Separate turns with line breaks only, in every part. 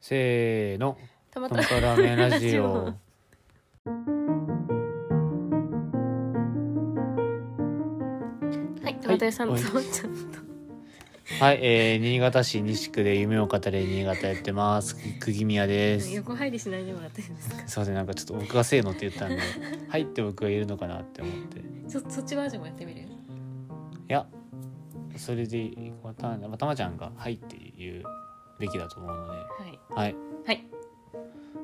せーのト
たまた
マ
ま
トラーメンラジオ
ラジはい、トマト屋さん
はい
止まっちゃっ
はい、えー、新潟市西区で夢を語れ新潟やってます釘宮で
た。
す
横入りしないでもらっていいですか。
すいませんなんかちょっと僕がせーのって言ったんで 「はい」って僕が言えるのかなって思ってい
ちょそっちバージョンもやってみる。
やそれでいこうたまあたまちゃんが「はい」って言うべきだと思うので
はい。
はい
はい。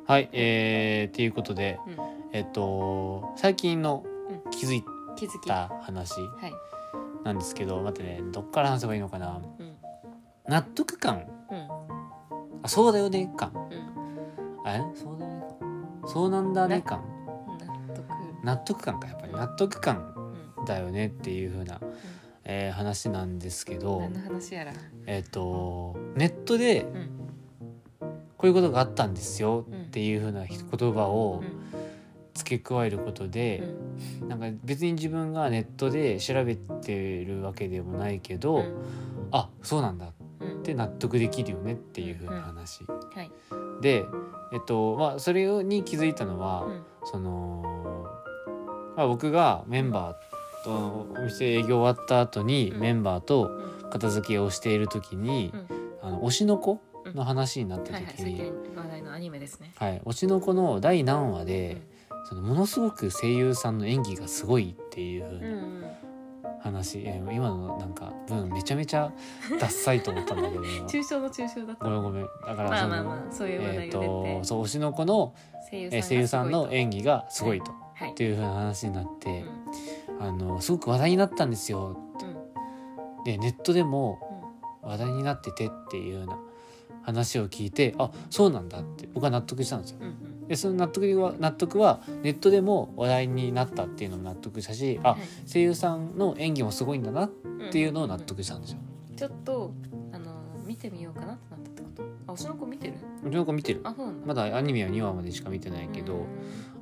はいえー、っていうことで
うん。
えっと最近の
う
気づい
気づき。は
た話
い。
なんですけど待ってねどっから話せばいいのかな
うん。
納得感
うん。
あそうだよね感
うん。
あえそうだよね感そうなんだね感
納得。
納得感かやっぱり納得
う
感
ん。
だよねっていう風な、えー話なんですけど
何の話やら。
えっ、とネットで
うん。
こういうことがあったんですよ
うん
っていう風な言葉
う
を
ん。
付け加えること
う
で、
ん。
なんか別に自分がネットで調べてるわけでもないけど、あそうなんだっ
うん。
て納得できるよねっていう風な話、
はい。
で、えっとまあ、それに気づいたのは、
うん。
その、まあ、僕がメンバーとお店営業終わった後に
うん
メンバーと片付けをしている時に、
うん
あの推しの子の話になった
はいはい。
時
最
に、
近話題のアニメですね。
はい、推しの子の第何話で、そのものすごく声優さんの演技がすごいっていう風
う。
なん話、えー今のなんか文めちゃめちゃダッサいと思ったんだけ ど
抽象の抽象だった。
ごめんごめんだから
ま
そ
あ
の、
まあまあ、そういう話
え
題
っ、
が出
とそう推しの子のえ
て。
ー声優さんの演技がすごいと。
はい。
っていう風な話になっ
う
て、
ん。
あのすごく話題になったんですよ
うん。
でネットでも
うん。
話題になっててっていうような話を聞いてあそうなんだって僕は納得したんですよ
うんうん
でその納得は納得はネットでも話題になったっていうのも納得したしあ
はい
声優さんの演技もすごいんだなっていうのを納得したんですよ
うんちょっとあの見てみようかなってなったってことあ推しの子見てる
うちの子見てる
あそうなんだ
まだアニメは2話までしか見てないけ
うん
ど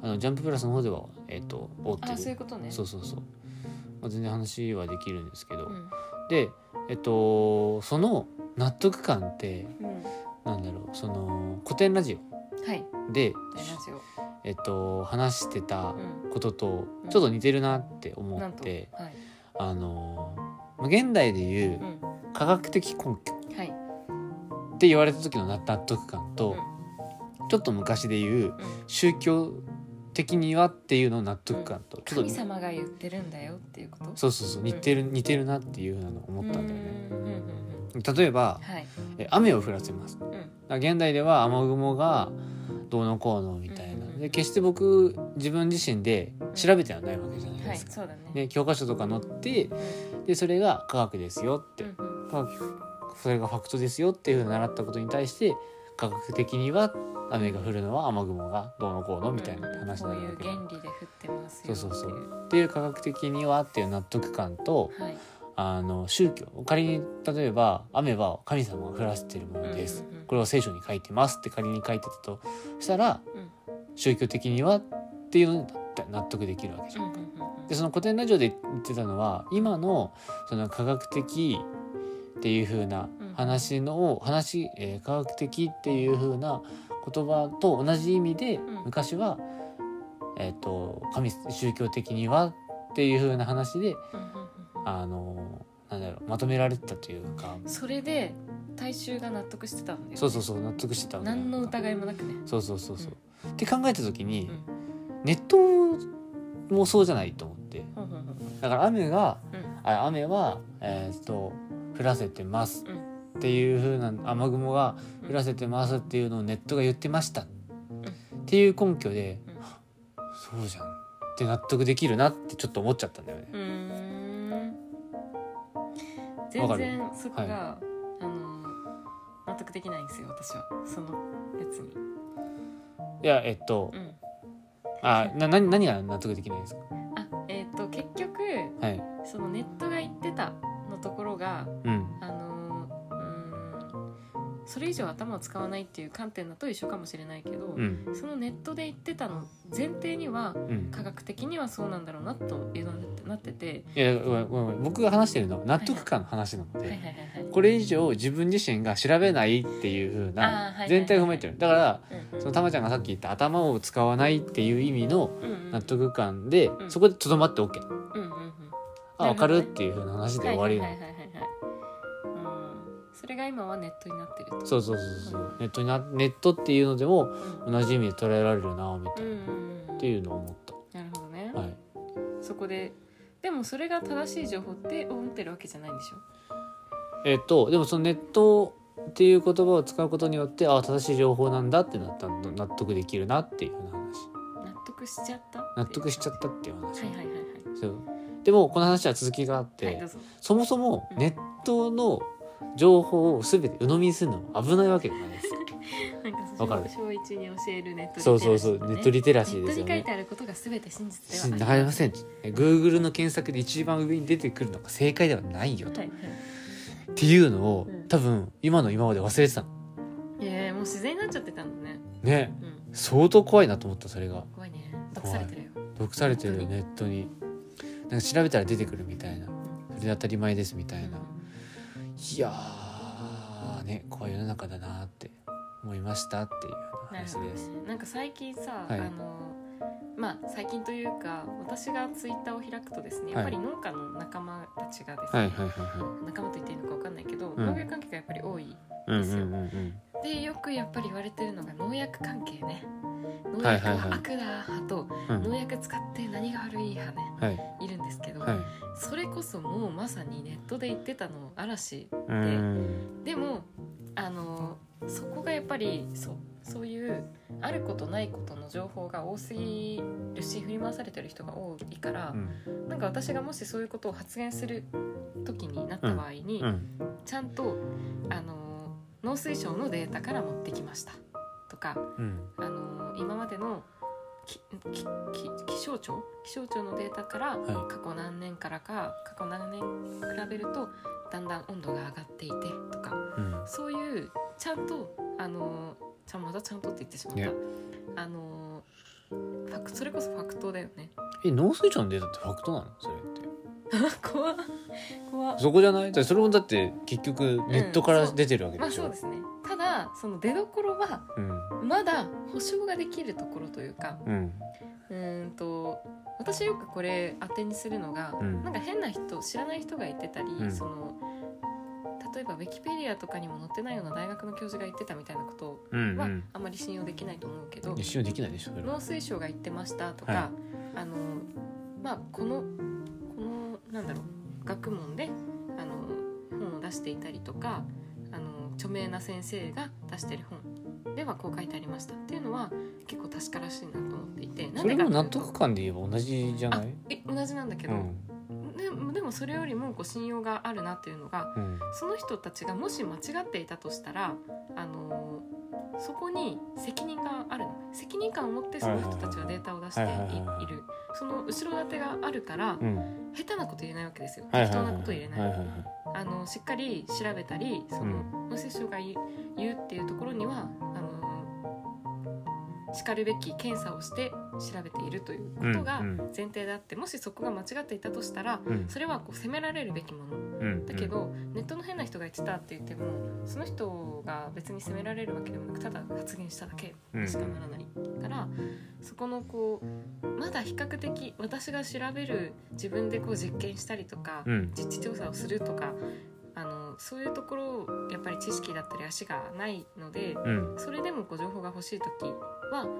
あのジャンププラスの方ではえっ、と追って
あ
る
そういうことね
そうそうそうまあ全然話はできるんですけど、
うん
でえっとその納得感って
うん
なんだろうその古典ラジ
はい
オで、
大ラジオ
えっと、話してた
うん
ことと
うん
ちょっと似てるなって思
な
っ
んと
て、
はい
あのまあ現代でいううん
は
科学的根拠
い
って言われた時の納得感と、ちょっと昔でいう
うん
宗教的にはっていうのの納得感と、ちょっ
神
と
様が言ってるんだよっていうこと
そうそうそう似てる、似てるなっていうふうなのを思ったんだよ
ううんうん
ね。
うん
例えば
はい
え雨を降らせます
うん
だから現代では雨雲がどうのこうのみたいな
うん
で決して僕自分自身で調べてはないわけじゃない
は
で
い
すか。
そうだね
ね、教科書とか載って
うん
でそれが科学ですよって、
うんうん
科学それがファクトですよっていうふうに習ったことに対して科学的には雨が降るのは雨雲がどうのこうのみたいな話に
こ
な
う
る
い
わ
う
けで
原理で振ってますよってい
そうそうっていう科学的にはっていう納得感と
はい
あの宗教仮に例えば雨は神様が降らせてるものです、
うんうんうん
これを聖書に書いてますって仮に書いてたとしたら、
うん
宗教的にはっていうのだって納得できるわけじ
う
ゃん。
んうんうんうん
でその古典ラジオで言ってたのは今のその科学的っていう風な
うん
話の、話、えー科学的っていう風な言葉と同じ意味で、
ん
昔は、えー、と神宗教的にはっていう風な話で
うんうんうん
あのなんだろうまとめられてたというか
うんそれで大衆が納得してたんだよね
そうそうそう納得してたわけだ
何の疑いもなくね
そうそうそうそう、って考えた時に、
うん
ネットもそうじゃないと思って
ほうほうほう
だから雨が
うん
あ雨は、えーっと降らせてます
うん
っていう風な雨雲が
うん
降らせてますっていうのをネットが言ってましたっ
ん
ていう根拠で、
うん
そうじゃんって納得できるなってちょっと思っちゃったんだよね。
うーん
わかる
全然そこが、
は
あの納得できないんですよ私はそのやつに、
いやえっと
うん、
あな何何が納得できないですか
あえっ、と結局
はい、
そのネットが言ってたのところが
うん
あのうーんそれ以上頭を使わないっていう観点だと一緒かもしれないけど、
うん
そのネットで言ってたの前提には
うん
科学的にはそうなんだろうなというのになってて、
いやごめんごめんごめん僕が話してるのは納得感の話なの
はいは
で
いはいはい
これ以上自分自身が調べないっていう風
あーはいはい
な
はい
全体を踏まえてるだから
うんうん
そのたまちゃんがさっき言った頭を使わないっていう意味の
うんうん
納得感で
うん
そこでとどまって OK
うんうんうん
あ分かるっていう風な話で終わりな
はい
の
はいはいはいはいうんそれが今はネットになってると、
そうそうそうそうネットになネットっていうのでも
う
同じ意味で捉えられるなみた
ん
いなっ
うんうん
ていうのを思っ
なるほどね、
たはい
そこででもそれが正しい情報って思ってるわけじゃないんでしょ
えっとでもそのネットっていう言葉を使うことによってああ正しい情報なんだってなった納得できるなっていう風な話
納得しちゃった
納得しちゃ
っ
ったっていう話、
はいはいはいは
そうでもこの話は続きがあっ
い
て、
はいどうぞ
そもそもネットの情報を全て鵜呑みにするのは危ないわけじゃないですか
なんか
わかる
小一に教えるネットリテラシーだ
そ
ね
うそうそうネットリテラシーですよ
ネットに書い
ね
てあることが全て真実
信
で
じ
はあ
られません Google の検索で一番上に出てくるのが正解ではないよ
はい
と、
はい
っていうのを
うん
多分今の今まで忘れてたの
いやいやもう自然になっちゃってたんだね
ね
うん
相当怖いなと思ったそれが
怖いね毒されてるよ
毒されてるネットになんか調べたら出てくるみたいなそれで当たり前ですみたいないやーねこういう世の中だなって思いましたっていう
なる
話
ほどね
です。
なんか最近さ、
はい
あのまあ最近というか私がツイッターを開くとですねやっぱり農家の仲間たちがですね、
はいはいはいは
仲間と言っていいのかわかんないけど、
うん
農業関係がやっぱり多い
い。うんうんうんうん。
でよくやっぱり言われてるのが農薬関係ね農
はい
薬
はいはい
は悪だ派と
うん
農薬使って何が悪い派ね
はい
いるんですけど、
はい。
それこそもうまさにネットで言ってたの嵐
うん
でもあのそこがやっぱりそうそういうあることないことの情報が多すぎるし振り回されてる人が多いから
う、ん
なんか私がもしそういうことを発言する時になった場合に、
うん
ちゃんとあの農水省のデータから持ってきましたとか
うん
あの今までのききき気象庁気象庁のデータから
は
過去何年からか過去何年比べるとだんだん温度が上がっていてとか
うん
そういうちゃんとあのちゃんまたちゃんとって言ってしまった、
ね
あのファクそれこそファクトだよね
え農水庁のデータってファクトなのそれって
怖っ怖っ
そこじゃないだってそれもだって結局ネットか
うん
ら
そう
出てるわけ
まあ
でしょ、
そうですねただその出どころは
うん
まだ保証ができるところというか
うん
うーんと私よくこれ当てにするのが、
うん
なんか変な人知らない人が言ってたり、
ん
その例えばウィキペディアとかにも載ってないような大学の教授が言ってたみたいなこと
うんう
は
ん
あんまり信用できないと思うけど、
いや信用できないでしょそれは
農水省が言ってましたとか、
は
あのまあこのこのなんだろう学問であの本を出していたりとかあの著名な先生が出してる本ではこう書いてありましたっていうのは結構確からしいなと思っていてなん
そ
で
れ
かっ
も
ていう
納
と
得感で言えば同じじゃない
え同じなんだけ
う
ど、
ん
ででもそれよりもこう信用があるなっていうのが
うん
その人たちがもし間違っていたとしたら、あのーそこに責任があるの責任感を持ってその人たちはデータを出してい,、
はいはいはいはい
るその後ろ盾があるから、
うん
下手なこと言えないわけですよ
はい
適
はい
当
はい
なこと言えない,、
はいはいはい
あのしっかり調べたりその農水省が言う言うっていうところにはあのーしかるべき検査をして調べているということが
うん
前提であって、もしそこが間違っていたとしたら
うん
それはこう責められるべきもの
うん
だけど、ネットの変な人が言ってたって言ってもその人が別に責められるわけでもなくただ発言しただけ
うん
しかならないから、そこのこうまだ比較的私が調べる自分でこう実験したりとか、
うん
実地調査をするとかあのそういうところをやっぱり知識だったり足がないので
うん
それでもこう情報が欲しい時はあの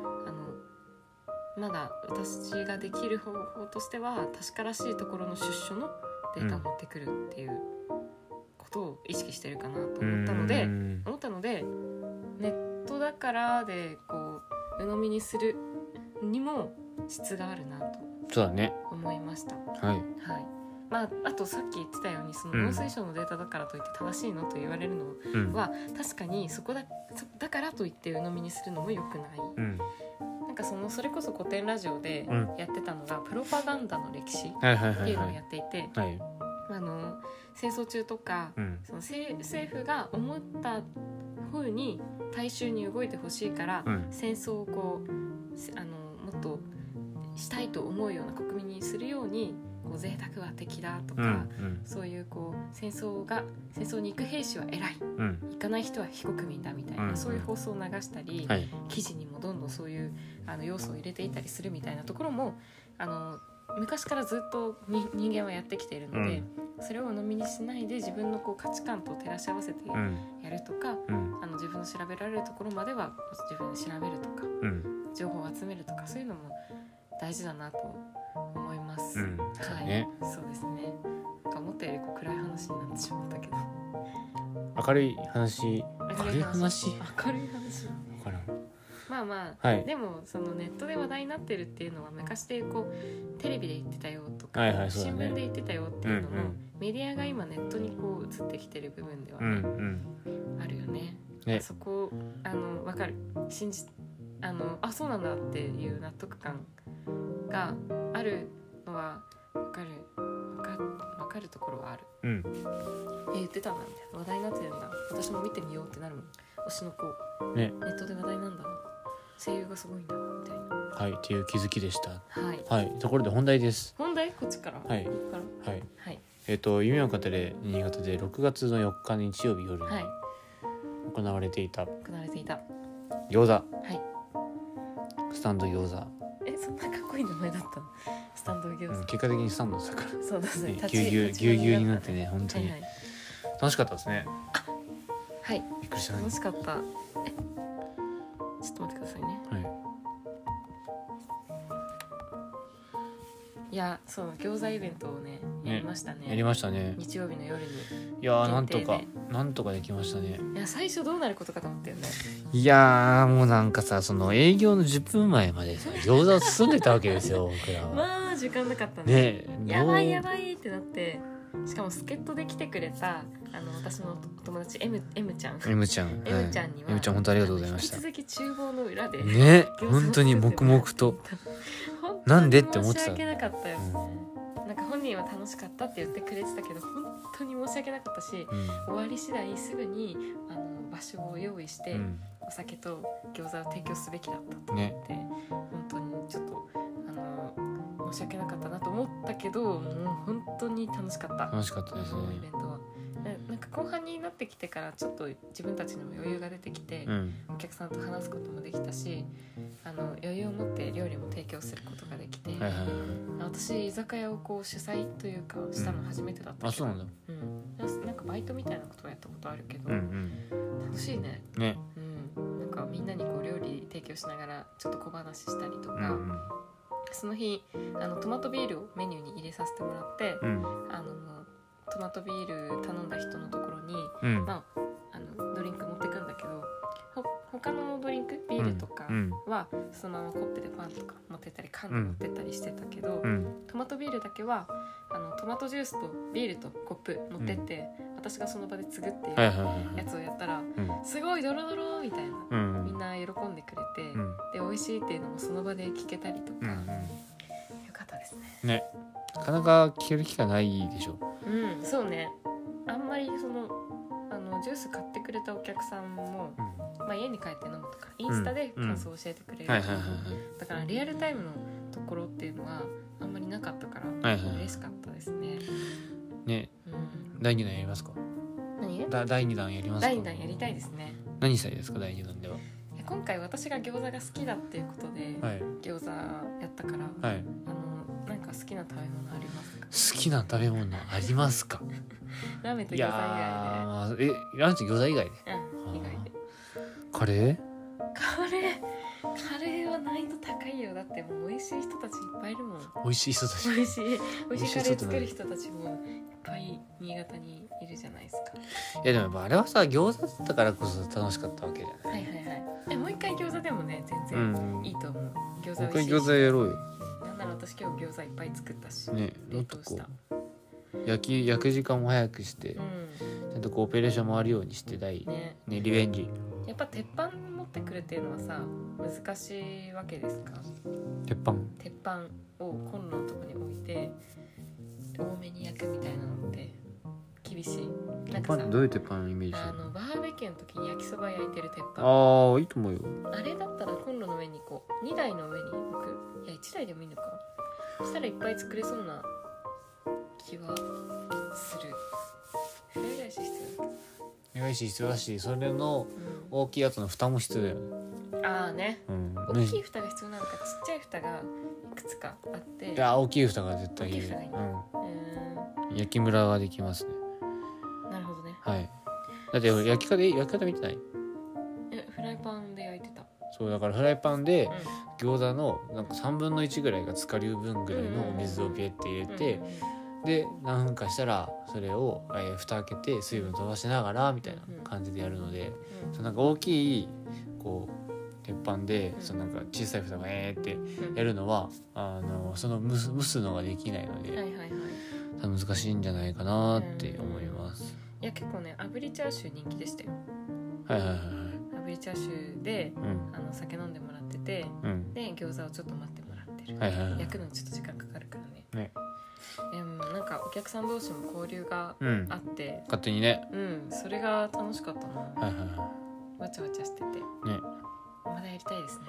まだ私ができる方法としては確からしいところの出所のデータを持ってくるっていうことを意識してるかなと思ったので、
うん
思ったのでネットだからでこう鵜呑みにするにも質があるなと
そうだね
思いました。
はい
はいまあ、あとさっき言ってたようにその
うん
農水省のデータだからといって正しいのと言われるの
うん
は確かにそこだそだからといって鵜呑みにするのも良くない
うん
なんかそのそれこそ古典ラジオで
うん
やってたのが、プロパガンダの歴史っ
はいはいは
てい
いう
のを
は
や
い
っていて、
はい
あの戦争中とか
うん
その政政府が思ったふうに大衆に動いてほしいから、
うん
戦争をこうせあのもっとしたいと思うような国民にするようにこう贅沢は敵だとか、
うん
そういうこう戦争が戦争に行く兵士は偉い
うんうん
行かない人は非国民だみたいな、
うんうん
そういう放送を流したり、
はい
記事にもどんどんそういうあの要素を入れていったりするみたいなところもあの昔からずっとに人間はやってきているので、それを鵜呑みにしないで自分のこう価値観と照らし合わせて
うん
やるとか、
うん
あの自分の調べられるところまでは自分で調べるとか
うん
情報を集めるとかそういうのも大事だなと思います。
うんそう
はい、
ね
そうですね。なんか思ったよりこう暗い話になってしまったけど。
明るい話 明るい話
明るい話
分からん
まあまあ、
はい
でもそのネットで話題になってるっていうのは昔でこうテレビで言ってたよとか、
はいはいそうだ
新
ね
聞で言ってたよっていうのも、
うんうん
メディアが今ネットにこう移ってきてる部分では
うん
ね、
うん
あるよね。
ね
そこあの分かる信じあのあそうなんだっていう納得感があるのは分かる分か分かるところはある。
うん
え言ってたんだみたいな話題になってるんだ私も見てみようってなるもん推しの子
ね
ネットで話題なんだ声優がすごいんだみたいな
はいっていう気づきでした
はい
はいところで本題です
本題こっちから
はい
こっから
はい
はい
えっ、と夢を語れ新潟で6月の4日日曜日夜に
はい
行われていた
行われていたは
餃子
い
スタンド餃子、
えそんなかっこいい名前だったのスタンド餃
うん、
子、
結果的にスタンドだから
そうだそう
ね
だ
ぎゅうぎゅう
立
ぎゅうぎゅうになっ
立
てね本当
ち上
に
がりだっ
楽しかったですね
たはいはい、はい、
びっくりした
楽しかったえちょっと待ってくださいね
はい
いやそう餃子イベントをねやりましたね
やりましたね
日曜日の夜に
いやーなんと
限定で
かなんとかできましたね
いや最初どうなることかと思ったよね
いやーもうなんかさその営業の10分前までさ餃子を包んでたわけ ですよ僕らは
まあ時間なかったね
ね
やばいや
い
ばいってなってしかも助っ人で来てくれたあの私のお友達 M, M ちゃん
M ちゃん
M ちゃんには、
はい、M ちゃん本当ありがとうございました
引き続き厨房の裏で、
ね
餃子を
本当に黙々と
本
なんでっ
当
て
に
思っ
申
て
した訳なかったよ、なんか本人は楽しかったって言ってくれてたけど本当に申し訳なかったし
うん
終わり次第すぐにあの場所を用意して、
うん
お酒と餃子を提供すべきだったと
うんね
って本当にちょっとあの申し訳なかったなと思ったけどもう本当に楽しかった。
楽しかったです
そ
ね
のイベントは。ななんか後半になってきてからちょっと自分たちにも余裕が出てきて、
うん
お客さんと話すこともできたしあの余裕を持って料理も提供することができて、
はいはいはい
私居酒屋をこう主催というかしたの初めてだった
あ
け
そ
ど、
うなんだ
うんなん、なんかバイトみたいなことはやったことあるけど、
うん
楽しいね、
うんね
うん、なんかみんなにこう料理提供しながらちょっと小話したりと
う
か、
ん
その日あのトマトビールをメニューに入れさせてもらって、
うん
あのトマトビール頼んだ人のところに
うん
まあのドリンク持ってくんだけどほ他のドリンクビールとか
うん
はそのままコップでパンとか持ってったり缶で持ってったりしてたけど、
うん
トマトビールだけはあのトマトジュースとビールとコップ持ってって、私がその場で継ぐってい
はいうはいはいは
や
い
つをやったら
う
「
ん
すごいドロドロ!」みたいな
うん
みんな喜んでくれて、
うん
で美味しいっていうのもその場で聞けたりとか、
うんう
よ
ん
かったですね。
ねなかなか聞ける機会ないでしょ
うん、そうねあんまりそのあのジュース買ってくれたお客さんも、
うん
まあ、家に帰って飲むとかインスタで感想を教えてくれる、
はいはいはい
だからリアルタイムのところっていうのはあんまりなかったから、
いはいはい
嬉しかったですね、
はいね
うん、
第二弾やりますか
何
だ第二弾やりますか
第2弾やりたいですね
何したいですか第二弾では
え今回私が餃子が好きだっていうことで、
はい
餃子やったから、
はい
あのなんか好きな食べ物ありますか
好きな食べ物ありますか
ラーメンと
い
餃子以外
やーえランチ餃子以外で
でうん以外で
カレ
カレーカレーは難易度高いよだってもう美味しい人たちいっぱいいるもん
ー美味しい人たち
美味しい美味しいカレー作る人たちもいっぱい新潟にいるじゃないですか
いやでもやっぱあれはさ餃子だったからこそ楽しかったわけじゃ
は
ないい、
はいはいえもう一回餃子でもね全
うん
然
うん
いいと思う餃子
もう
美
一回
味しい
餃子やろうよ
なんなら私今日餃子いっぱい作ったし
ねも
冷
っと
凍し
こ
た
う焼き焼く時間も早くして
うん
ちゃんとこうオペレーション回るようにして第
ね
ねリベンジ
やっぱ鉄板持ってくるっていうのはさ難しいわけですか
鉄板
鉄板をコンロのとこに置いて多めに焼くみたいなのって厳しいな
鉄
んか
板
さ
どういう鉄板のイメージ
あのバーベキューの時に焼きそば焼いてる鉄板あ
ああいいと思うよ
れだったらコンロの上にこう2台の上に置くいや1台でもいいのかそしたらいっぱい作れそうな気はするフライ返し必要だ
意外し必要だしそれの
けど、
大きいやつの蓋も必要だよね
うんああね
うん
大きい蓋が必要なのかちっちゃい蓋がいくつかあって
いや大きい蓋が絶対いい
大きい蓋がいいうん
うん、焼きムラができますね
なるほどね
はいだって俺焼き方焼き方見てない
えフライパンで焼いてた、
そうだからフライパンで
う
餃子のなんか3分の1ぐらいが浸かりう分ぐらいのお水をピエって入れ
ん、
てで何分かしたらそれを、えー蓋開けて水分飛ばしながらみたいな感じでやるので
うん
そのなんか大きいこう鉄板で
うん
そのなんか小さい蓋がえーって
うん
やるのはあのその蒸す蒸すのができないの
はい
で
はいはい
多分難しいんじゃないかなって思います。
いや結構ね炙りチャーシュー人気でしたよ
はいはいはいはい。
炙りチャーシューで
うん
あの酒飲んでもらってて
うん。
で餃子をちょっと待ってもらってる、
はいはいはい
焼くのにちょっと時間かかるからね
ね
でもなんかお客さん同士も交流が
うん
あ。って
勝手にね。
うんそれが楽しかったな
はいはいは
わちゃわちゃしてて
い。ね。
まだやりたいですね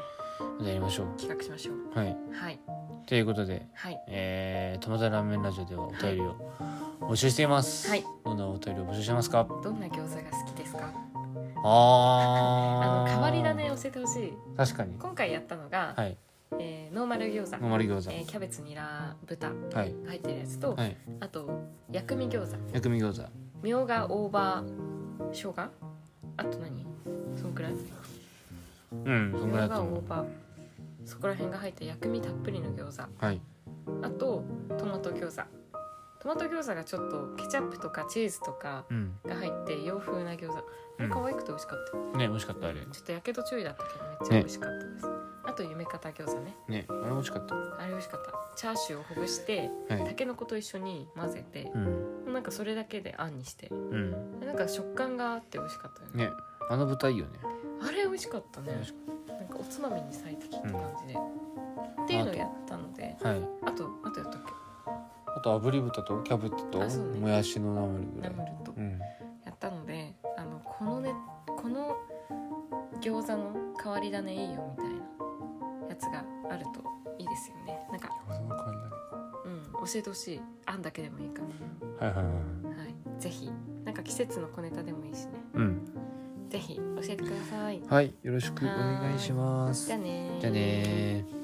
じゃあやりましょう。
企画しましょう
はい。
はい
ということで、
はい
えー、トマトラーメンラジオではお便りを募集しています。
はい。
どんなお便りを募集してますか。
どんな餃子が好きですか あ
あー。
の変わり種。教えてほしい
確かに。
今回やったのが、
はい。
えーノーマル餃子、
ノーマル餃
え
子。
ーキャベツニラ豚
はい。
入ってるやつと、
はい。
あと薬味餃子
薬味餃子。
みょうが大葉生姜あと何そんくらい
うん。そん
み
ぐ
ょ
らいうだと
が
思
大
う。
葉そこら辺が入った薬味たっぷりの餃子
はい。
あとトマト餃子トマト餃子がちょっとケチャップとかチーズとか
うん。
が入って洋風な餃子こ
う
れ
ん
可愛くて美味しかったよ、
ね、美味しかったあれ。
ちょっとやけど注意だったけどめっちゃ美味しかったです、あと夢方餃子ね
ね、あれ美味しかった。
あれ美味しかったチャーシューをほぐして
は
た
い。
けのこと一緒に混ぜて
うん。
なんかそれだけであんにして
うん。
なんか食感があって美味しかったよね
ね。あの豚いいよね。
あれ美味しかったね
美味し
なんかおつまみに最適って感じで、っていうのをやったので
はい。
あとあとやったっ
あと炙り豚とキャベツと
あそうね
もやしのナムル
け
ぐら
ナ
い。
ムルと
うん。
やったのであのこのねこの餃子の変わり種いいよみたいなやつがあるといいですよねなんか、うん、教えてほしいあんだけでもいいから、
はいはいはい。
はい、ぜひなんか季節の小ネタでもいいしね
うん。
ぜひ教えてください
はい、よろしくお願いします。
じゃあねー
じゃあねー。